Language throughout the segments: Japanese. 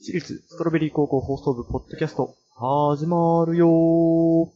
私立ストロベリー高校放送部ポッドキャスト、始まるよー。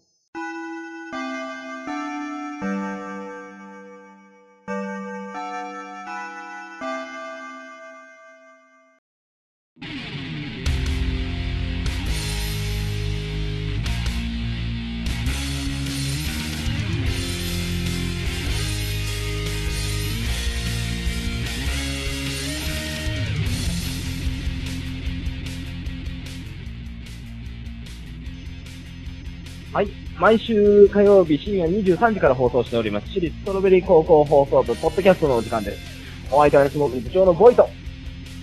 毎週火曜日深夜23時から放送しております、私立ストロベリー高校放送部、ポッドキャストのお時間です。お相手は安本部長のボイト。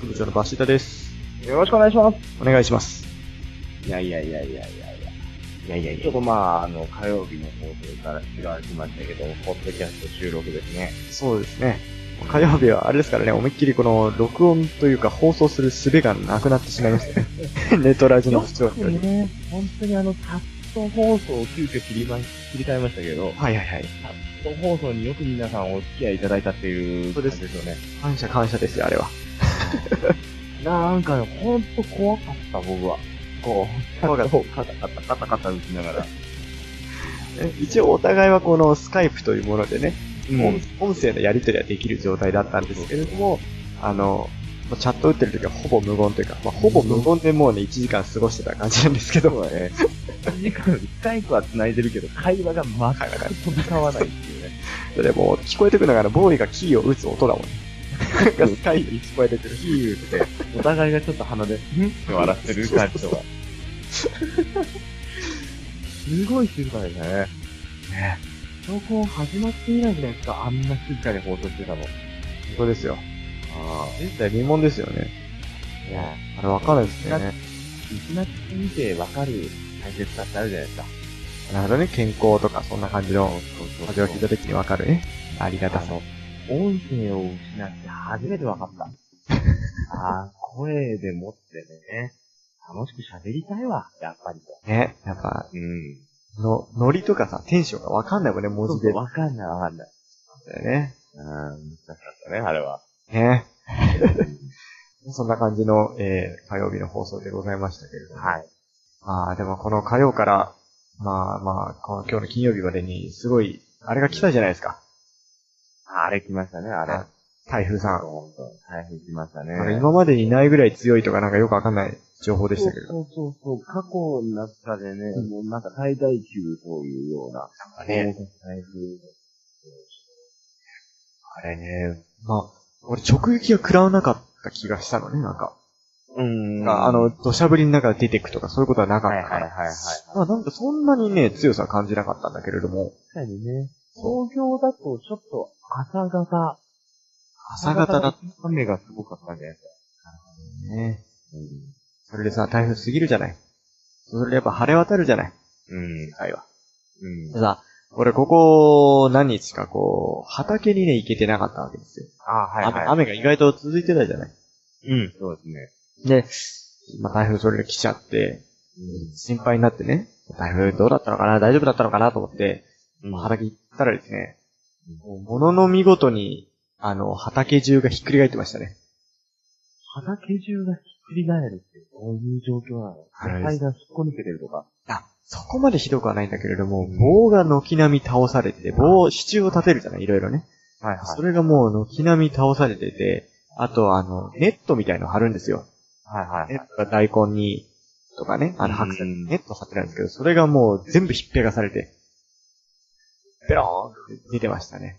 部長のバシタです。よろしくお願いします。お願いします。いやいやいやいやいやいや。いやいやいちょっとまあ、あの、火曜日の放送から違わきましたけど、ポッドキャスト収録ですね。そうですね。火曜日はあれですからね、思いっきりこの録音というか放送する術がなくなってしまいましたね。 ネトラジの不調により。ね、本当にあの、タット放送を急遽切りま、切り替えましたけど、はいはいはい。タット放送によく皆さんお付き合いいただいたっていう感じですよね。感謝感謝ですよ、あれは。なんかね、ほんと怖かった、僕は。こう、怖かったカタカタカタカタ打ちながら。え一応お互いはこのスカイプというものでね、う音音声のやり取りはできる状態だったんですけれども、あの、まあチャット打ってる時はほぼ無言というか、まあ、ほぼ無言でもうね、1時間過ごしてた感じなんですけど、ね、 1時間、スカイプは繋いでるけど、会話が全く飛び交わないっていうね。それもう聞こえてくるのがあの、ボーイがキーを打つ音だもんね。がスカイプに聞こえてくる。キー打って、お互いがちょっと鼻で、んって笑ってる感じとか。すごい静かでしたね。ねそこ始まって以来じゃないですか、あんな静かに放送してたの。本当ですよ。あ前代未聞ですよね。あ。ねあれわかんないですね。失ってみてわかる大切さってあるじゃないですか。なるほどね、健康とかそんな感じのそうそうそう風邪を聞いた時にわかるね。ありがたあさの。、音声を失って初めて分 かった。ああ、声でもってね、楽しく喋りたいわ、やっぱりと。ね、やっぱ、うん。の、ノリとかさ、テンションがわかんないもんね、文そう字そう、で。分かんない分かんない。だよね。うん、難しかったね、あれは。ね。 そんな感じの、えー、火曜日の放送でございましたけれども。はい。まあ、でもこの火曜から、まあまあ、この今日の金曜日までに、すごい、あれが来たじゃないですか。あれ来ましたね、あれ。台風さん。本当大変来ましたね。あれ今までにないぐらい強いとかなんかよくわかんない情報でしたそうけど。そうそうそう、過去の中でね、うんもうなんか最大級そういうような、ね台風あれね。まあ、俺直撃が食らわなかった気がしたのね、なんか。うんあの、土砂降りの中で出てくとかそういうことはなかはいっはたいかはいら。はい。まあなんかそんなにね、強さは感じなかったんだけれども、確かにね、そ東京だとちょっと朝方。朝方だっった。雨がすごかったんじゃないですたね。か。それでさ、台風過ぎるじゃない。それでやっぱ晴れ渡るじゃない。うん。うん。今回は。うん。でさ、俺ここ何日かこう、畑にね、行けてなかったわけですよ。あはいはい。雨雨が意外と続いてたじゃない。うん。そうですね。で、まあ台風それで来ちゃって、心配になってね、台風どうだったのかな、大丈夫だったのかなと思って、うん。まあ腹畑行ったらですね、ものの見事に、あの、畑中がひっくり返ってましたね。畑中がひっくり返るって、どういう状況なのあれ野菜がすっこ抜けてるとか。あ、そこまでひどくはないんだけれどもう、ん棒が軒並み倒されてて、棒、支柱を立てるじゃない、いろいろね。はいそれがもう軒並み倒されてて、あとあの、ネットみたいの張るんですよ。はいはネットが大根に、とかね、あのうん白菜にネット張ってるんですけど、それがもう全部ひっぺがされて、ペローンって出てましたね。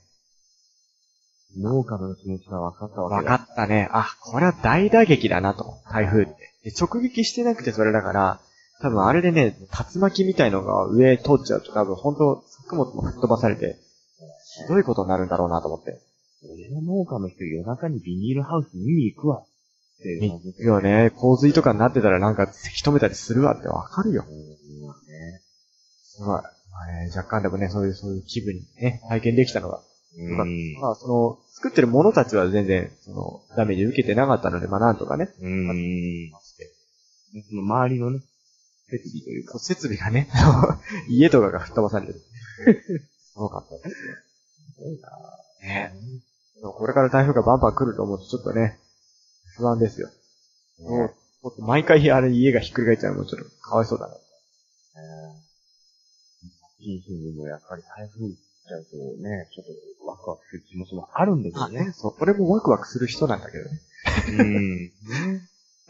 い。農家の気持ちが分かったわわけかだ。ったね。あ、これは大打撃だなと、台風って。で直撃してなくてそれだから、多分あれでね、竜巻みたいのが上通っちゃうと多分本当作物も吹っ飛ばされて、ひどいことになるんだろうなと思って。俺の農家の人夜中にビニールハウス見に行くわ。っていう感じですいやね、洪水とかになってたらなんかせき止めたりするわってわかるよ。うんまあねすごい。まあね、若干でもね、そういう、そういう気分にね、体験できたのが。よかっうんまあ、その、作ってる者たちは全然、その、ダメージ受けてなかったので、まあなんとかね、うーん。その周りのね、設備というか。設備がね、 家とかが吹っ飛ばされて る。すごかったですね。ねでもこれから台風がバンバン来ると思うとちょっとね、不安ですよ。どうもっと毎回あれ家がひっくり返っちゃうのもちょっとかわいそうだな。えー、いい日にもやっぱり台風来ちゃうとね、ちょっとワクワクする気持ちもあるんですよね。そう。俺もワクワクする人なんだけどね。うん。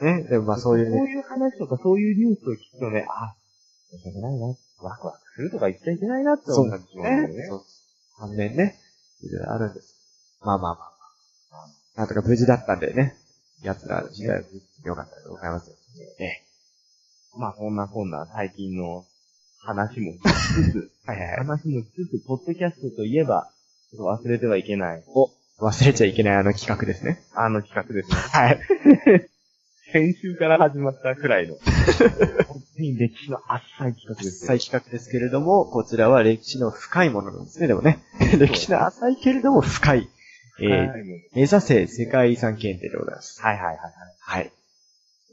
ね、でもまあそういうこね、ういう話とかそういうニュースを聞くとね、あ、いけないな、ワクワクするとか言っちゃいけないなって思うです気もするね。そう反面ね、いろいろあるんです。まあまあまあまあ。なんとか無事だったんでね、奴ら自体は良かったでございますよ。ええ。まあそんなこんな最近の話もしつつ、はいはいはい。話もしつつ、ポッドキャストといえば、ちょっと忘れてはいけない、お、忘れちゃいけないあの企画です ね。あの企画ですね。はい。先週から始まったくら いの、本当に歴史の浅い企画です浅よ。い企画ですけれども、こちらは歴史の深いものなんですね、でも ね。歴史の浅いけれども深い。えーはいはい目指せ世界遺産検定でございます。はいはいはい。はい。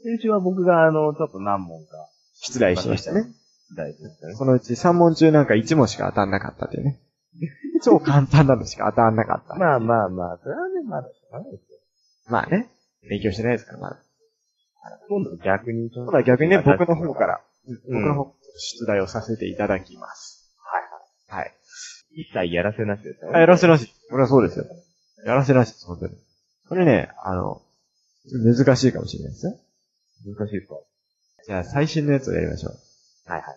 先週は僕が、あの、ちょっと何問か出題しましたね。出題しましたね。そのうち3問中なんか1問しか当たんなかったというね。 超簡単なのしか当たんなかった。まあまあまあ、それはね、まだしょうがないですよ。まあね。勉強してないですから、まだ。今度逆に、今今度は逆にね、僕の方から、うん僕の方、出題をさせていただきます。はいはい。一切やらせなしですよはい。やらせなし。これはそうですよ。やらせなしです、本当に。これね、あの、難しいかもしれないですよ。難しいですかじゃあ、最新のやつをやりましょう。はいは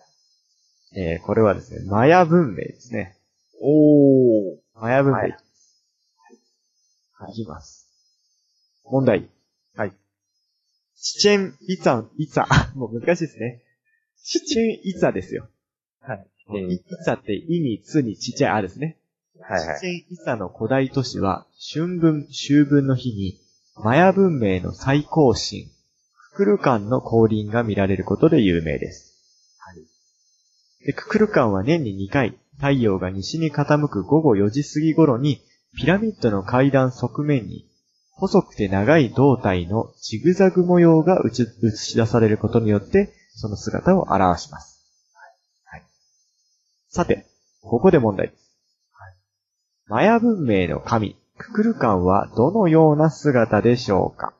い。えー、これはですね、マヤ文明ですね。おー。マヤ文明。はいいきます。問題。はい。チチェン・イツァ、イツァ。 もう難しいですね。チチェン・イツァですよ。はい。イイツァって、イに、ツに、ちっちゃいあですね。はいはチ。いチェン・イツァの古代都市は、春分、秋分の日に、マヤ文明の最高神、ククルカンの降臨が見られることで有名です。でククルカンは年に2回、太陽が西に傾く午後4時過ぎ頃に、ピラミッドの階段側面に、細くて長い胴体のジグザグ模様が映し映し出されることによって、その姿を表します。はいさて、ここで問題です。マヤ文明の神、ククルカンはどのような姿でしょうか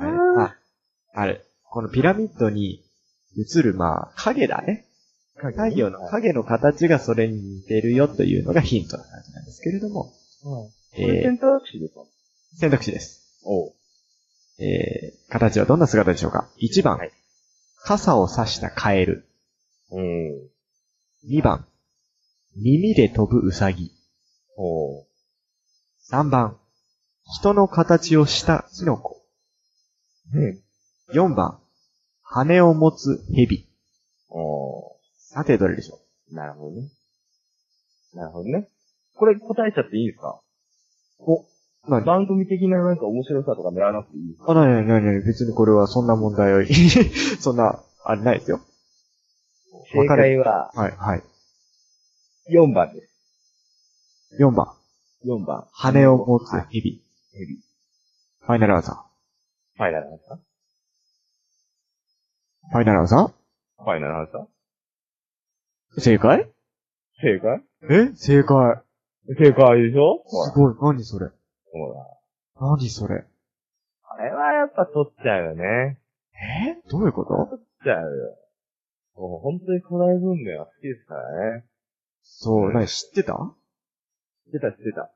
あれあああれ、このピラミッドに映る、まあ、影だね。ー。太陽の影の形がそれに似てるよというのがヒントな感じなんですけれども、これえー選択肢ですか選択肢です。おー。えー形はどんな姿でしょうか ?1 番、はい傘を差したカエル。うん。 2番、耳で飛ぶウサギ。おー。 3番、人の形をしたキノコ。うん。 4番、羽を持つヘビ。おさて、どれでしょー。なるほどね。なるほどね。これ答えちゃっていいですかうお、なに番組的ななんか面白さとか狙わなくていいですかあ、なになになに別にこれはそんな問題を、 そんな、あれないですよ。正か解るははい、はい。 4番です。 4番、 4番。羽を持つはいヘビ。ヘビ。ファイナルアンサファイナルアンサーー。ファイナルアンサファイナルアンサーー正解正解え正解。正解でしょほすら。ごい。何それほら。何それあれはやっぱ取っちゃうよね。えどういうこと取っちゃうよ。もう本当に古代文明は好きですからね。そう、何知ってた知ってた知ってた。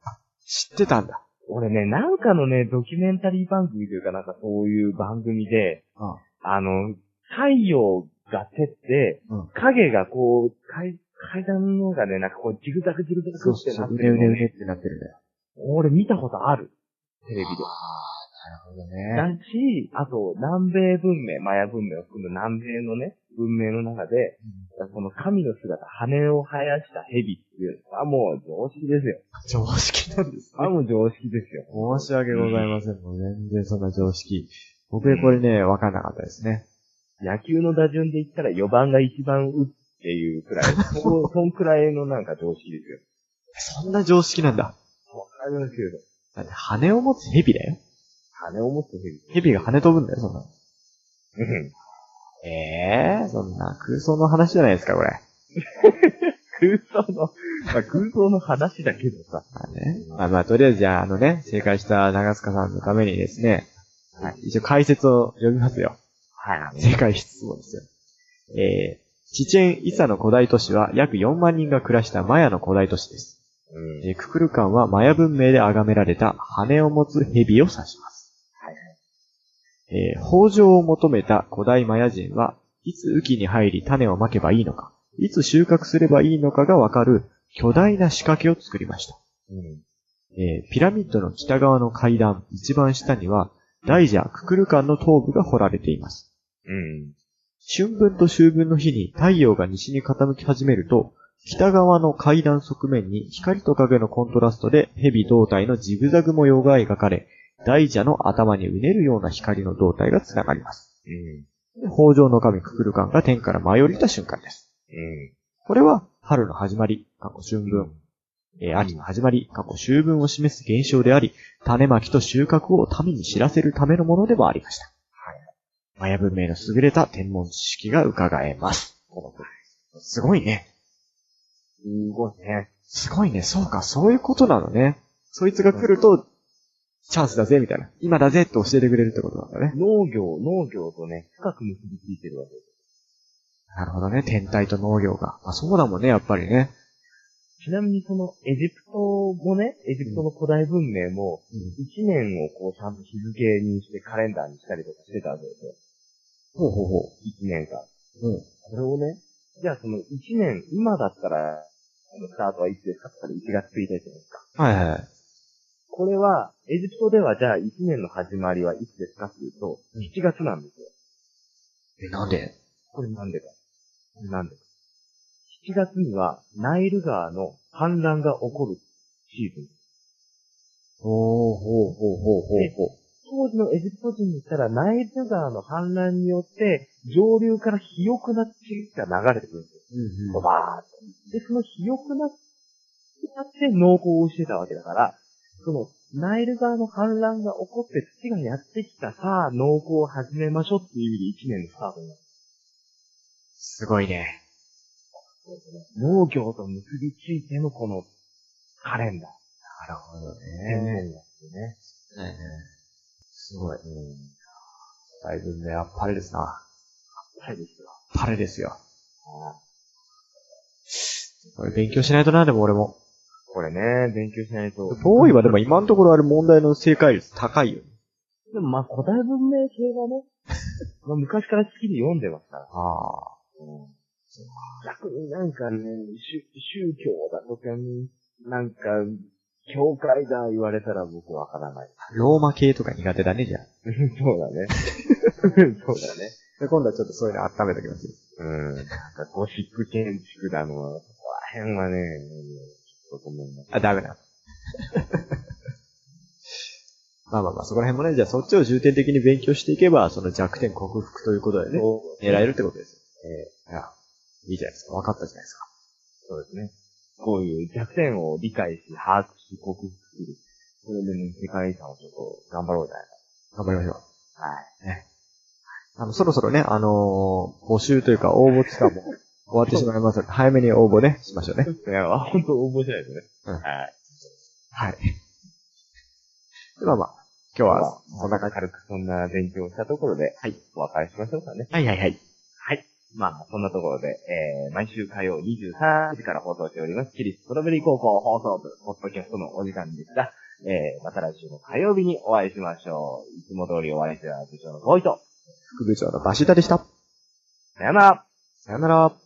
知ってたんだ。俺ね、なんかのね、ドキュメンタリー番組というかなんかそういう番組で、うんあの、太陽が照って、うん影がこう、階階段のがね、なんかこう、ジグザグジグザグってなってうねうねうるねってなってるんだよ。の。俺見たことある。テレビで。あー、なるほどねだし、あと、南米文明、マヤ文明を含む南米のね、文明の中で、この神の姿、羽を生やした蛇っていうのはもう常識ですよ。常識なんですねあ、もう常識ですよ。申し訳ございません。もう全然そんな常識。僕これね、わかんなかったですね。野球の打順で言ったら4番が一番打つっていうくらい、そうそんくらいのなんか常識ですよ。そんな常識なんだ。そんな常識ですよ。だって羽を持つ蛇だよ。羽を持つ蛇。蛇が羽飛ぶんだよ、そんなの。うんええそんな空想の話じゃないですか、これ。空想の、まあ、空想の話だけどさ。まあね。まあまあ、とりあえずじゃあ、あのね、正解した長塚さんのためにですね、はい。一応解説を読みますよ。はい。世界失望ですよ。えー、チチェン・イサの古代都市は約4万人が暮らしたマヤの古代都市です。うん。えーククルカンはマヤ文明で崇められた羽を持つ蛇を指します。はいえー、豊穣を求めた古代マヤ人はいつ雨季に入り種をまけばいいのか、いつ収穫すればいいのかがわかる巨大な仕掛けを作りました。うん。えーピラミッドの北側の階段、一番下には、大蛇ククルカンの頭部が掘られています。うん。春分と秋分の日に太陽が西に傾き始めると、北側の階段側面に光と影のコントラストで蛇胴体のジグザグ模様が描かれ、大蛇の頭にうねるような光の胴体が繋がります。うん。北条の神ククルカンが天から舞い降りた瞬間です。うん。これは春の始まり、過去春分、えー秋の始まり、過去秋分を示す現象であり、種まきと収穫を民に知らせるためのものでもありました。マヤ文明の優れた天文知識が伺えます。すごいね。すごいね。すごいね。そうか、そういうことなのね。そいつが来ると、チャンスだぜ、みたいな。今だぜって教えてくれるってことなんだね。農業、農業とね、深く結びついてるわけです。なるほどね。天体と農業が。まあそうだもんね、やっぱりね。ちなみにその、エジプトもね、エジプトの古代文明も、一年をこうちゃんと日付にしてカレンダーにしたりとかしてたわけですよ。ほうほうほ一年間。う。うん。それをね、じゃあその一年、今だったら、あのスタートはいつですかって言ったら1月1日じゃないですか。はいはいはい。これは、エジプトではじゃあ一年の始まりはいつですかっていうと、うん7月なんですよ。え、なんでこれなんでか。これなんでか。7月には、ナイル川の氾濫が起こるシーズン。ほうほうほうほうほうほう。当時のエジプト人にしたら、ナイル川の氾濫によって、上流から肥沃な地が流れてくるんですよ。うんドバーっとで、その肥沃な地だって農耕をしてたわけだから、その、ナイル川の氾濫が起こって土がやってきたさあ、農耕を始めましょうっていう意味で1年のスタートになる。すごいね。農業と結びついてのこのカレンダー。なるほど天文ね。学ってね。すごい。だいぶね、あっぱれですな。あはいですよ。っぱれですよ。ああこれ勉強しないとな、でも俺も。これね、勉強しないと。遠いはでも今のところあれ問題の正解率高いよね。でもまあ古代文明系はね、 まあ昔から好きで読んでますから。ああ。逆になんかね、宗宗教だとかに、なんか、教会だ言われたら僕わか らない。ローマ系とか苦手だね、じゃあ。そう だね。そうだね。で、今度はちょっとそういうの温めときますよ。うん。なんかゴシック建築だの、そこら辺はね、ちょっとごめんなさい。あ、ダメだ。 まあまあまあ、そこら辺もね、じゃあそっちを重点的に勉強していけば、その弱点克服ということでね、狙えるってことですよ。ええいや、いいじゃないですか。分かったじゃないですか。そうですね。こういう弱点を理解し、把握し、克服する。それでね、世界遺産をちょっと頑張ろうじゃない頑張りましょう。か。はい。あの、そろそろね、あのー募集というか応募期間も終わってしまいますので、早めに応募ね、しましょうね。いや、本当応募しないとね。うんはい。はい。ではまあ、今日まはあ、、そんな軽くそんな勉強をしたところで、はい。お別れしましょうかね。はいはいはい。まあ、そんなところで、えー、毎週火曜23時から放送しております、私立ストロベリー高校放送部、ポッドキャストのお時間でした。えー、また来週の火曜日にお会いしましょう。いつも通りお会いしては部長の遠いと。副部長のバシータでした。さよならさよなら。